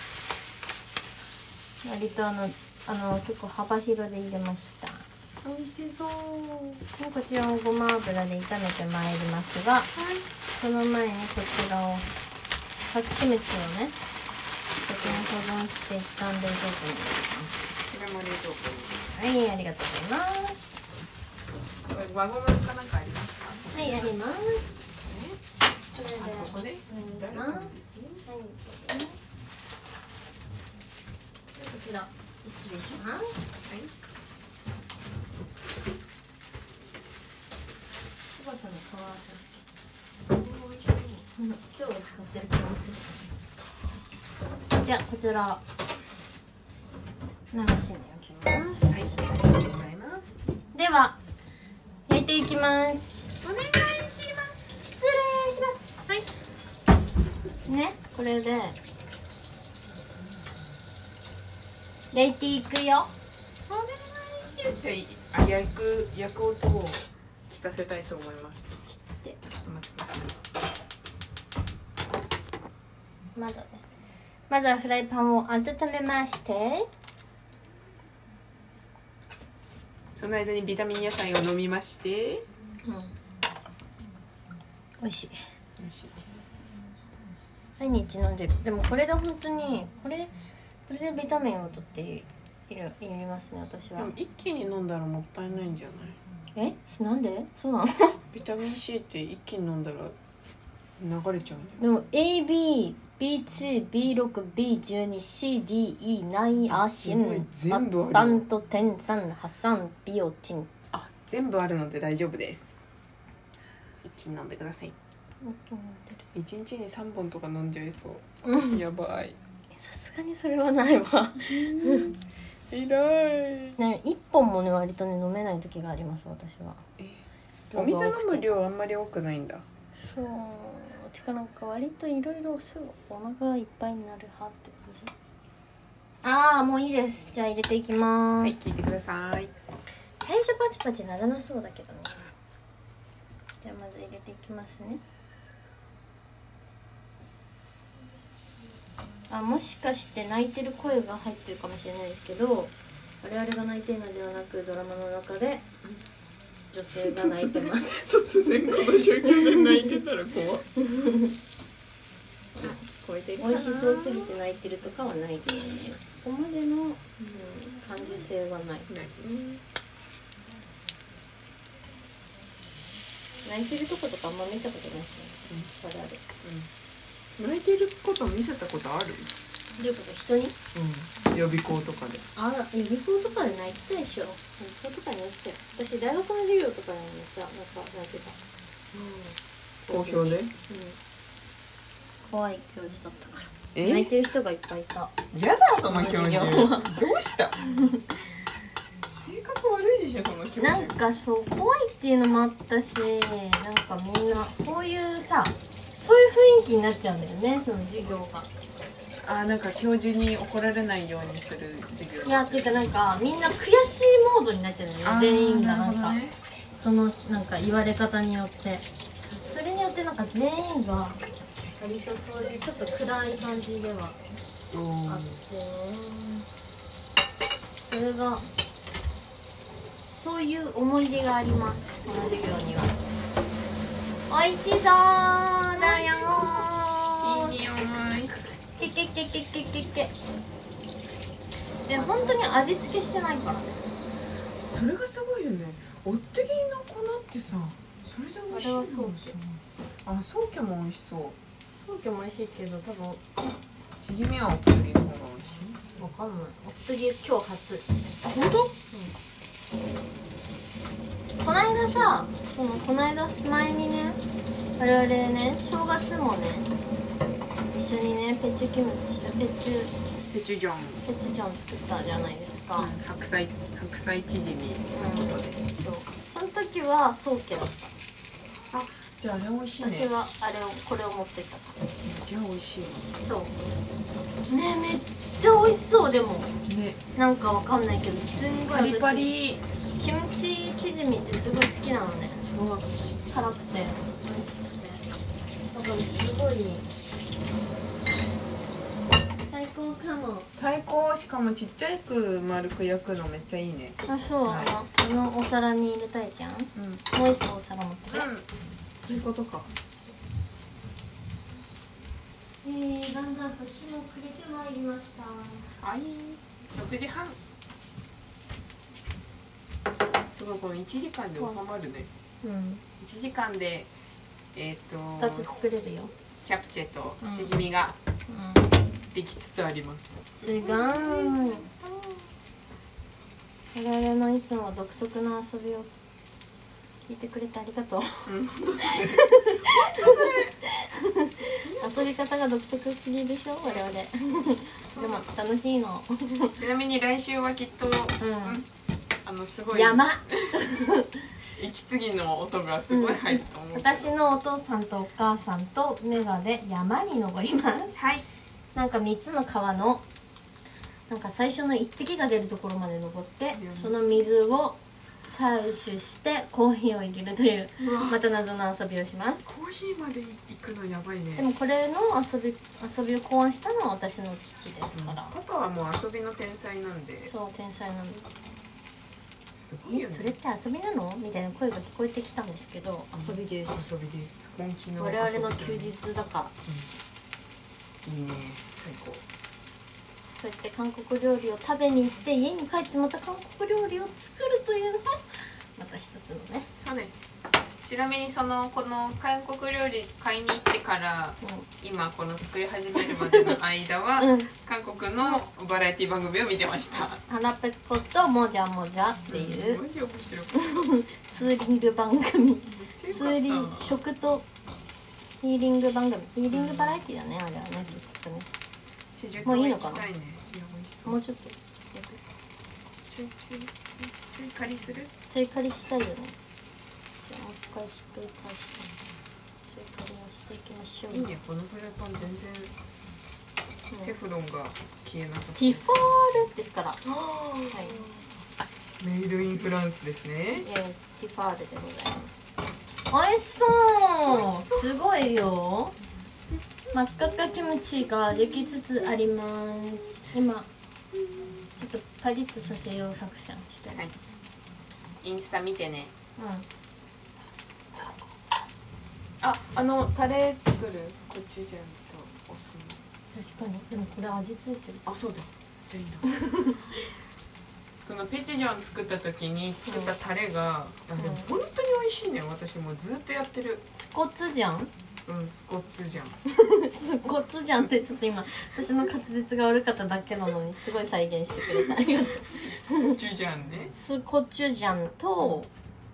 割とあのあの結構幅広で入れました
美味しそう
もうこちらをごま油で炒めてまいりますが
はい
その前にこちらをかきむちをね先に保存して一旦冷蔵庫に
これも冷蔵
入れますはいありがとうございます
庫にこれ輪ゴムかなんかありますか
はいやります
ね
これで
あそこで
お願いしますはい、そうですねこちら、失礼します。
はい
すごさの皮は
美味しそう
今日は使ってる気がする。じゃあ、こちら。流しに置きます。
はいありがとうございます
では、焼いていきます。
お願いします
失礼します。はい。ね、これで。焼いていくよ。
お願いしますあ焼く焼く音を聞かせたいと思います
で
ちょっと待ってください
まだねまずはフライパンを温めまして
その間にビタミン野菜を飲みまして
美味しい毎日飲んでるでもこれで本当にこれこれでビタミンを取っているいりますね私
で
は
も一気に飲んだらもったいないんじゃない
えなんでそう
*laughs*
なの
ビタミン C って一気に飲んだら流れちゃうんだ
で
よ
も ABB2B6B12CDE9 アシ
すごい
ン
全部ある
バントテンサンハサンビオチン
あ全部あるので大丈夫です一気に飲んでください一日に三本とか飲んじゃいそう
うん
やばい
さすがにそれはないわ
偉い
ね一本もね割とね飲めない時があります私は
お水飲む量あんまり多くないんだ
そうてかなんか割といろいろすぐお腹がいっぱいになる派って感じああもういいですじゃあ入れていきます、
はい聞いてください
最初パチパチならなそうだけどねじゃあまず入れていきますねあもしかして泣いてる声が入ってるかもしれないですけど我々が泣いてるのではなくドラマの中で女性が泣いてます
突然この状況で泣いてたら怖っ超えて
美味しそうすぎて泣いてるとかはないけどねここまでの、うん、感受性はない泣いてるとことかあんま見たことないし、うあるある
泣いてること見せたことある
どういうこと人に
うん予備校とかで
あら予備校とかで泣いてたでしょ予備校とかで泣いてたよ私大学の授業とかでもめっちゃなんか泣いてた
好評で
うん怖い教授だったから泣い
え
てる人がいっぱいいた
やだその教
授
授どうした *laughs* 性格悪いでしょその教
なん
授
かそう怖いっていうのもあったしなんかみんなそういうさそういう雰囲気になっちゃうんだよねその授業が。
あなんか教授に怒られないようにする授業
いやっていうかなんかみんな悔しいモードになっちゃうんだ
あ
よ
ー
ね全員がなん
る
か
ほどね
そのなんか言われ方によってそれによってなんか全員が割とそういうちょっと暗い感じではあってそれがそういう思い出がありますこの授業には美味しそうだよ
いい匂い
けけけけけけけで本当に味付けしてないからね
それがすごいよねおってぎの粉ってさそれで美味しいのさ
あれは宗
あソーキも美味しそう
ソーキも美味しいけど多分わ
縮みはおってぎの方が美味しい
かんないお次今日初
あ本当
こないださそのこないだ前にね我々ね正月もね一緒にねペチュキムチペチュ
ペチュジョン、
ペチュジョン作ったじゃないですか、うん
白菜白菜縮み
そうその時はソーキだっ
じゃああれ美味したいね
私はあれをこれを持ってったか
じゃあ美味しい
らそうねめっちゃ美味しそうでも
ね
なんかわかんないけどすんごい
パ
私
リパリ
キムチチきヂミってすごい好きなのね
うわ
辛くてだからすごい最高かも
最高しかもちっちゃく丸く焼くのめっちゃいいね
あそう
ナ
あ
イス
のお皿に入れたいじゃん
うんうん
もう一個お皿持って
そういうことか
えー、だんだん時も暮れてまいりました
はい6時半すごいこの1時間で収まるね
うん
1時間でえっ、
2つ
と
作れるよ
チャプチェとチヂミが
うん
できつつあります、
違う我々のいつも独特な遊びを聞いてくれてありがとう
うん、
*laughs* 遊び方が独特すぎでしょ我々でも楽しいの
ちなみに来週はきっと、うんあのすごい
山
息継ぎの音がすごい入ると思うけど、
私のお父さんとお母さんとメガで山に登ります
はい
なんか3つの川のなんか最初の1滴が出るところまで登って
うん
その水を採取してコーヒーを入れるという
うわ
また謎の遊びをします
コーヒーまで行くのやばいね
でもこれの遊び遊びを考案したのは私の父ですから、
パパはもう遊びの天才なんで
そう天才なんです
ごい
え
よね
それって遊びなのみたいな声が聞こえてきたんですけど遊びです
遊びです本気の
我々の
遊
休
びだね
日だから
いいね最高
そうやって韓国料理を食べに行って家に帰ってまた韓国料理を作るというのがまた一つのね、
そうねちなみにそのこの韓国料理買いに行ってから今この作り始めるまでの間は、
うん、うん、
韓国のバラエティ番組を見てました
腹ペコともじゃもじゃってい
ん
う
マジ面白かった
ツーリング番組
めっち
ツ
ゃ
ーリ
よ
ン
かった
食とヒーリング番組ヒーリングバラエティだねあれはねきっとね
チジュ
も
島
ういいの
行
か
き
な
たいねいや美味しそ
も
う
うちょっとやって
ちょいちょいちょいちょい借りする
ちょい借りしたいよねじゃあもう一回ひっくり返してちょい借りをしていきましょう
いいねこのフライパン全然
うん
テフロンが消えなさそう
ティフォールですから
あーメイドインフランスですね
イエスティファールでございます美味しそうすごいよ真っ赤っかキムチができつつあります今ちょっとパリッとさせよう作戦してる、
はいインスタ見てねああのタレ作るコチュジャンとお酢
うん確かにでもこれ味ついてる
のあそうだじゃあいいな *laughs* このペチュジャン作った時に作ったタレが、
ん
あでも本当に美味しいね私もうずっとやってる
スコツじゃん
うんスコッツジャン
スコツじゃんってちょっと今私の滑舌が悪かっただけなのにすごい再現してくれたありがとう
コチュジャンね
スコチュジャンと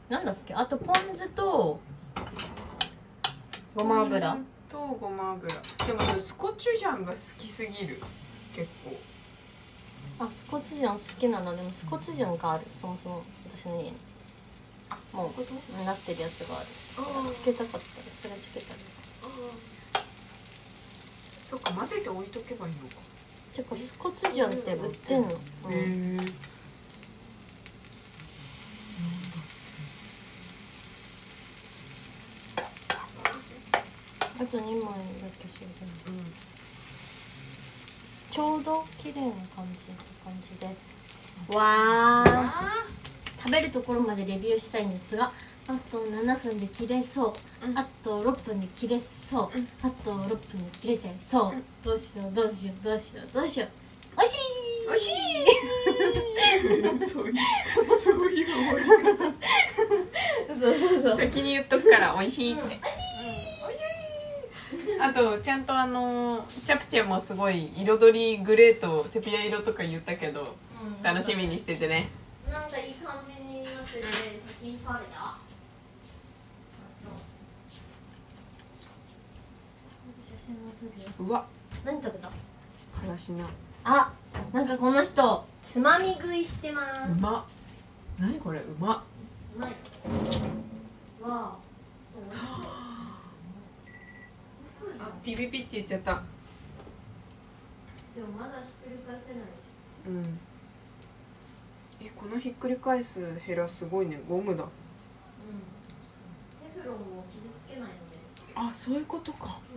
なんだっけあとポン酢とごま油
とごま油でもそれスコチュジャンが好きすぎる結構
あスコチュジャン好きなのでもスコチュジャンがあるそもそも私の家に
あ
も
そういうこ
うなってるやつがある
とあ
つけたかったらそれつけたら
そっか混ぜて置いとけばいいのか
てかスコチュジャンって売ってんの、うん
へえ
あと2枚だけしようかなちょうど綺麗な感じ感じですわあ食べるところまでレビューしたいんですがあと7分で切れそう
うん
あと6分で切れそう、
うん
あと6分で切れちゃいそう、
うん
どうしようどうしようどうしようどうしようおいしい
おいしいそういうそういう終わり方
そうそうそう
先に言っとくから美味しいって、
うん美
うん美味しいあとちゃんとあのチャプチェもすごい彩りグレーとセピア色とか言ったけど楽しみにしててね
なんかいい感じになってるね写真撮れた写真も撮るよ
うわ
何食べた
からしな
あなんかこの人つまみ食いしてます
うま何これうま
うまいわあ嘘じゃん
ピピピって言っちゃった
でもまだひっくり返せない
うんえこのひっくり返すヘラすごいねゴムだ
テフロンを傷つけないので
あそういうことか
う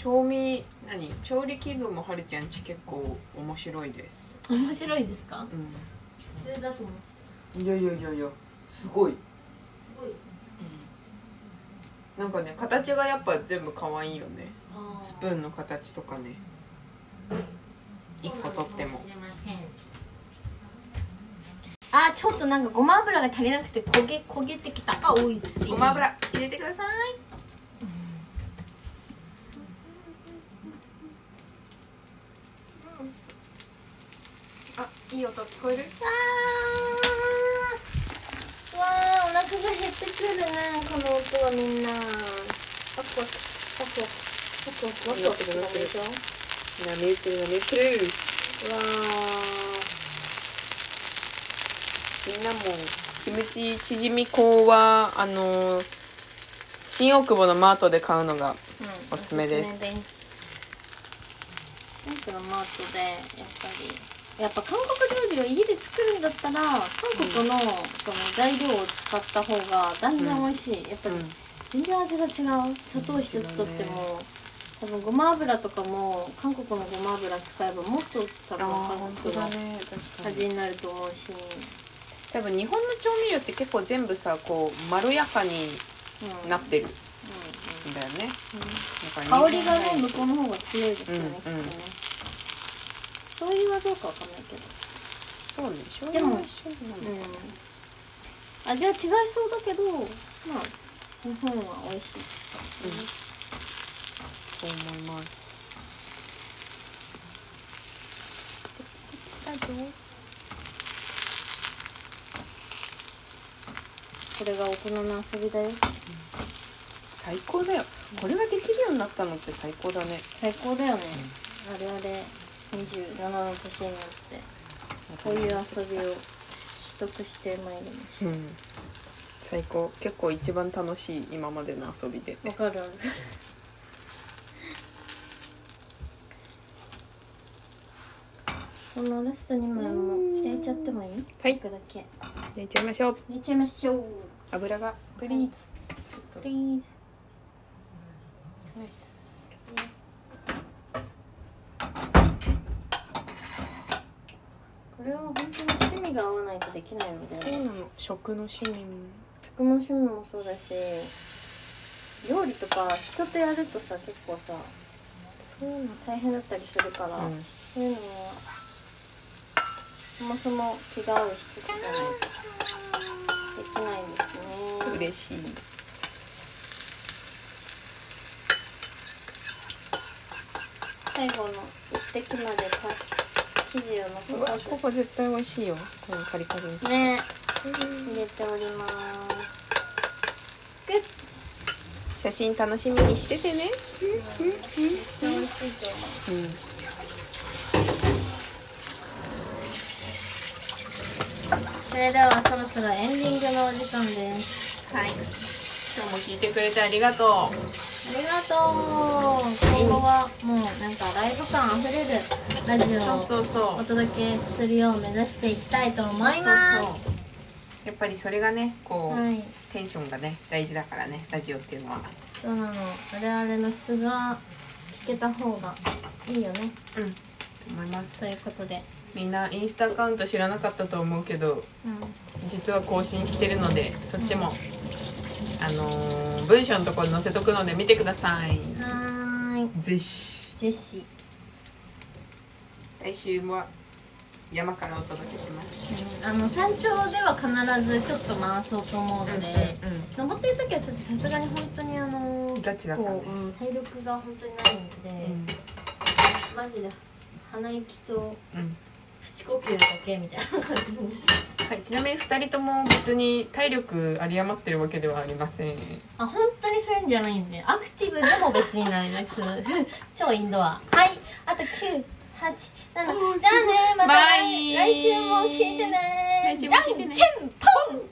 調味何調理器具もはるちゃんち結構面白いです
ん面白いですか
う
普通だと思うん
いやいやいやいやすごい、
すごい
なんかね形がやっぱ全部可愛いよね
あ
スプーンの形とかね一個取っても
あちょっとなんかごま油が足りなくて焦げ焦げてきたあ美味しい
ごま油入れてくださいあいい音聞こえる
わーわーお腹が減ってくるねこの音はみんなワクワクワクワクワクワクワクってなるでしょわ
波打ってる波打ってるみんなもキムチ縮み粉はあのー新大久保のマートで買うのが
ー、
おすすめです
おすすめですなんかマートでやっぱりやっぱ韓国料理を家で作るんだったら韓国のその材料を使った方が断然美味しい、やっぱり全然味が違う砂糖一つとっても、多分ごま油とかも韓国のごま油使えばもっと多分韓国の
ね確
味になると思うし、
多分日本の調味料って結構全部さこうまろやかに
うん
なってるん
う
だよね
んうん
だから
香りがね向こうの方が強いですよね、
うん
きっとね
う
醤
ん
油はどうかわかんないけど
そうね醤
で
油
も
は一緒なの
うん味は違いそうだけどまあ日本は美味しい、
そう思います
大丈夫これが大人の遊びだよ
最高だよこれができるようになったのって最高だね
最高だよね、あれあれ27の年になってこういう遊びを取得してまいりまし
うん最高結構一番楽しい今までの遊びで
たわかるわか *laughs* るこのラスト2枚も入れちゃってもいい
はい
一個だけ
じゃあいっちゃいましょう
入れちゃいましょう
油が
プリーズ
ちょっと
プリーズ
ナイス
これは本当に趣味が合わないとできないの
そうな
で
の食の趣味も
食の趣味もそうだし料理とか人とやるとさ結構さそういうの大変だったりするから、
うん
そういうのはそもそも気が合う人とかないとできないんですね
嬉しい
最後の一滴までか生地を
う
残
わ
さ
ここ絶対美味しいよこのカリカリ
ずね入れておりますグッ
写真楽しみにしててね
美味しいと思う
うん
それではそろそろエンディングのお時間です
はい今日も聞いてくれてありがと
ありがとう今後はもうなんかライブ感あふれるラジ
うそう
オを
そうそう
お届けするよう目指していきたいと思います
そうそうやっぱりそれがねこう、
はい
テンションがね大事だからねラジオっていうのは
そうなの我々の素が聞けた方がいいよね
うんと思います
ということで、
みんなインスタアカウント知らなかったと思うけど
うん、
実は更新してるのでそっちも、あのー文章のところに載せとくので見てください
はーい
ぜひ
ジェシ
来週は山からお届けします
ー、うん、あの山頂では必ずちょっと回そうと思うので、
うんうん
登ってる時はちょっとさすがに本当にあの
ガチだからね
こううん体力が本当にないので、マジで鼻息と
うんうん
口呼吸だけみたいな感
*laughs*
じで
はい、ちなみに2人とも別に体力有り余ってるわけではありません
あ本当にそういうんじゃないんでアクティブでも別にないです *laughs* 超インドアはいあと9 8 7じゃあねまた
バ
来
イ
来週も聞いてね
来週も聞いてね
じゃんけんぽん